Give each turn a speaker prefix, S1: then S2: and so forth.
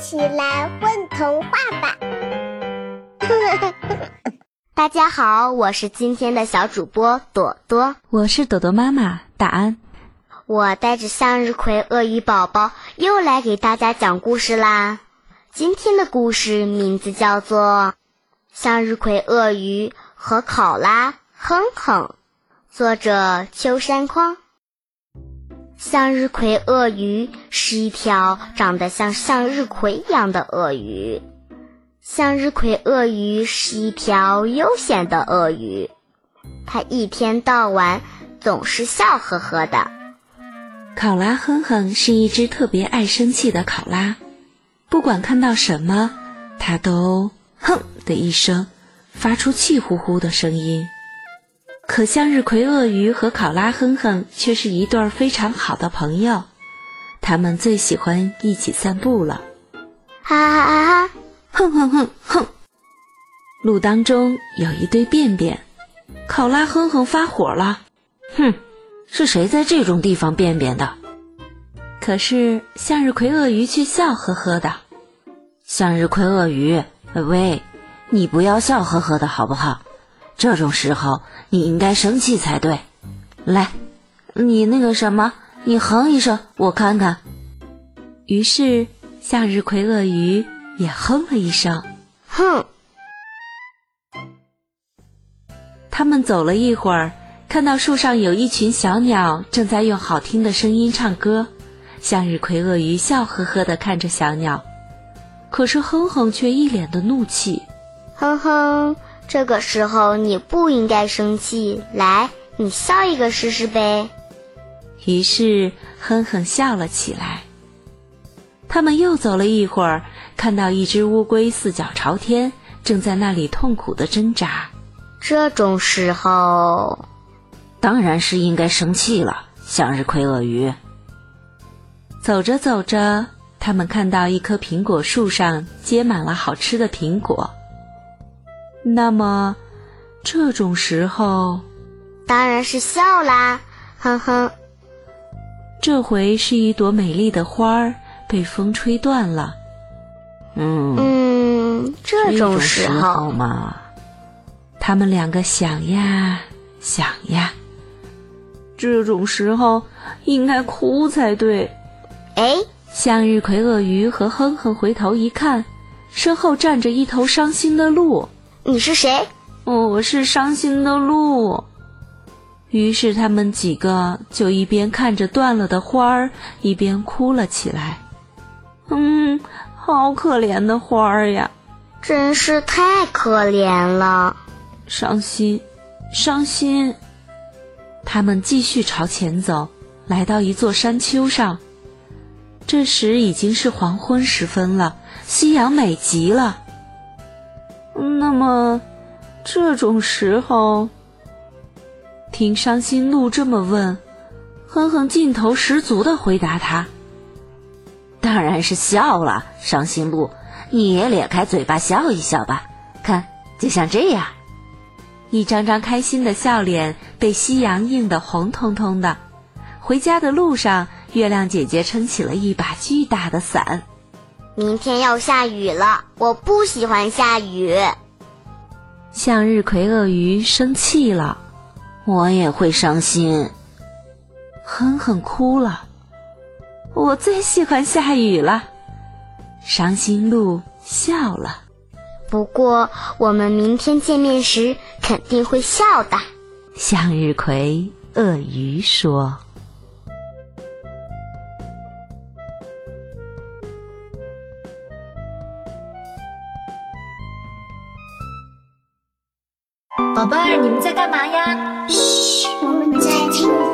S1: 起来混童话吧！ 大家好，我是今天的小主播朵朵，
S2: 我是朵朵妈妈大安。
S1: 我带着向日葵、鳄鱼宝宝又来给大家讲故事啦。今天的故事名字叫做《向日葵、鳄鱼和考拉哼哼》，作者秋山匡。向日葵鳄鱼是一条长得像向日葵一样的鳄鱼。向日葵鳄鱼是一条悠闲的鳄鱼，它一天到晚总是笑呵呵的。
S2: 考拉哼哼是一只特别爱生气的考拉，不管看到什么，它都哼的一声，发出气呼呼的声音。可向日葵鳄鱼和考拉哼哼却是一对儿非常好的朋友，他们最喜欢一起散步了。
S1: 哈哈哈哈！
S2: 哼哼哼哼！路当中有一堆便便，考拉哼哼发火了，哼，是谁在这种地方便便的？可是向日葵鳄鱼却笑呵呵的。向日葵鳄鱼，喂，你不要笑呵呵的好不好？这种时候你应该生气才对。来，你那个什么，你哼一声，我看看。于是向日葵鳄鱼也哼了一声。
S1: 哼，
S2: 他们走了一会儿，看到树上有一群小鸟正在用好听的声音唱歌。向日葵鳄鱼笑呵呵地看着小鸟，可是哼哼却一脸的怒气。
S1: 哼哼，这个时候你不应该生气。来，你笑一个试试呗。
S2: 于是哼哼笑了起来。他们又走了一会儿，看到一只乌龟四脚朝天，正在那里痛苦的挣扎。
S1: 这种时候，
S2: 当然是应该生气了，向日葵鳄鱼。走着走着，他们看到一棵苹果树上结满了好吃的苹果。那么，这种时候，
S1: 当然是笑啦。哼哼，
S2: 这回是一朵美丽的花儿被风吹断了。嗯，
S1: 嗯，这种时候，
S2: 嘛，他们两个想呀想呀，这种时候应该哭才对。
S1: 哎，
S2: 向日葵鳄鱼和哼哼回头一看，身后站着一头伤心的鹿。
S1: 你是谁？
S2: 哦，我是伤心的鹿。于是他们几个就一边看着断了的花儿，一边哭了起来。嗯，好可怜的花儿呀，
S1: 真是太可怜了。
S2: 伤心，伤心。他们继续朝前走，来到一座山丘上。这时已经是黄昏时分了，夕阳美极了。那么，这种时候，听伤心鹿这么问，哼哼劲头十足的回答他：“当然是笑了，伤心鹿，你也咧开嘴巴笑一笑吧，看，就像这样。”一张张开心的笑脸被夕阳映得红彤彤的。回家的路上，月亮姐姐撑起了一把巨大的伞。
S1: 明天要下雨了，我不喜欢下雨。
S2: 向日葵鳄鱼生气了，我也会伤心。哼哼哭了，我最喜欢下雨了。伤心鹿笑了，
S1: 不过我们明天见面时肯定会笑的。
S2: 向日葵鳄鱼说。
S3: 宝贝儿，你们在干嘛呀？
S4: 我们在听故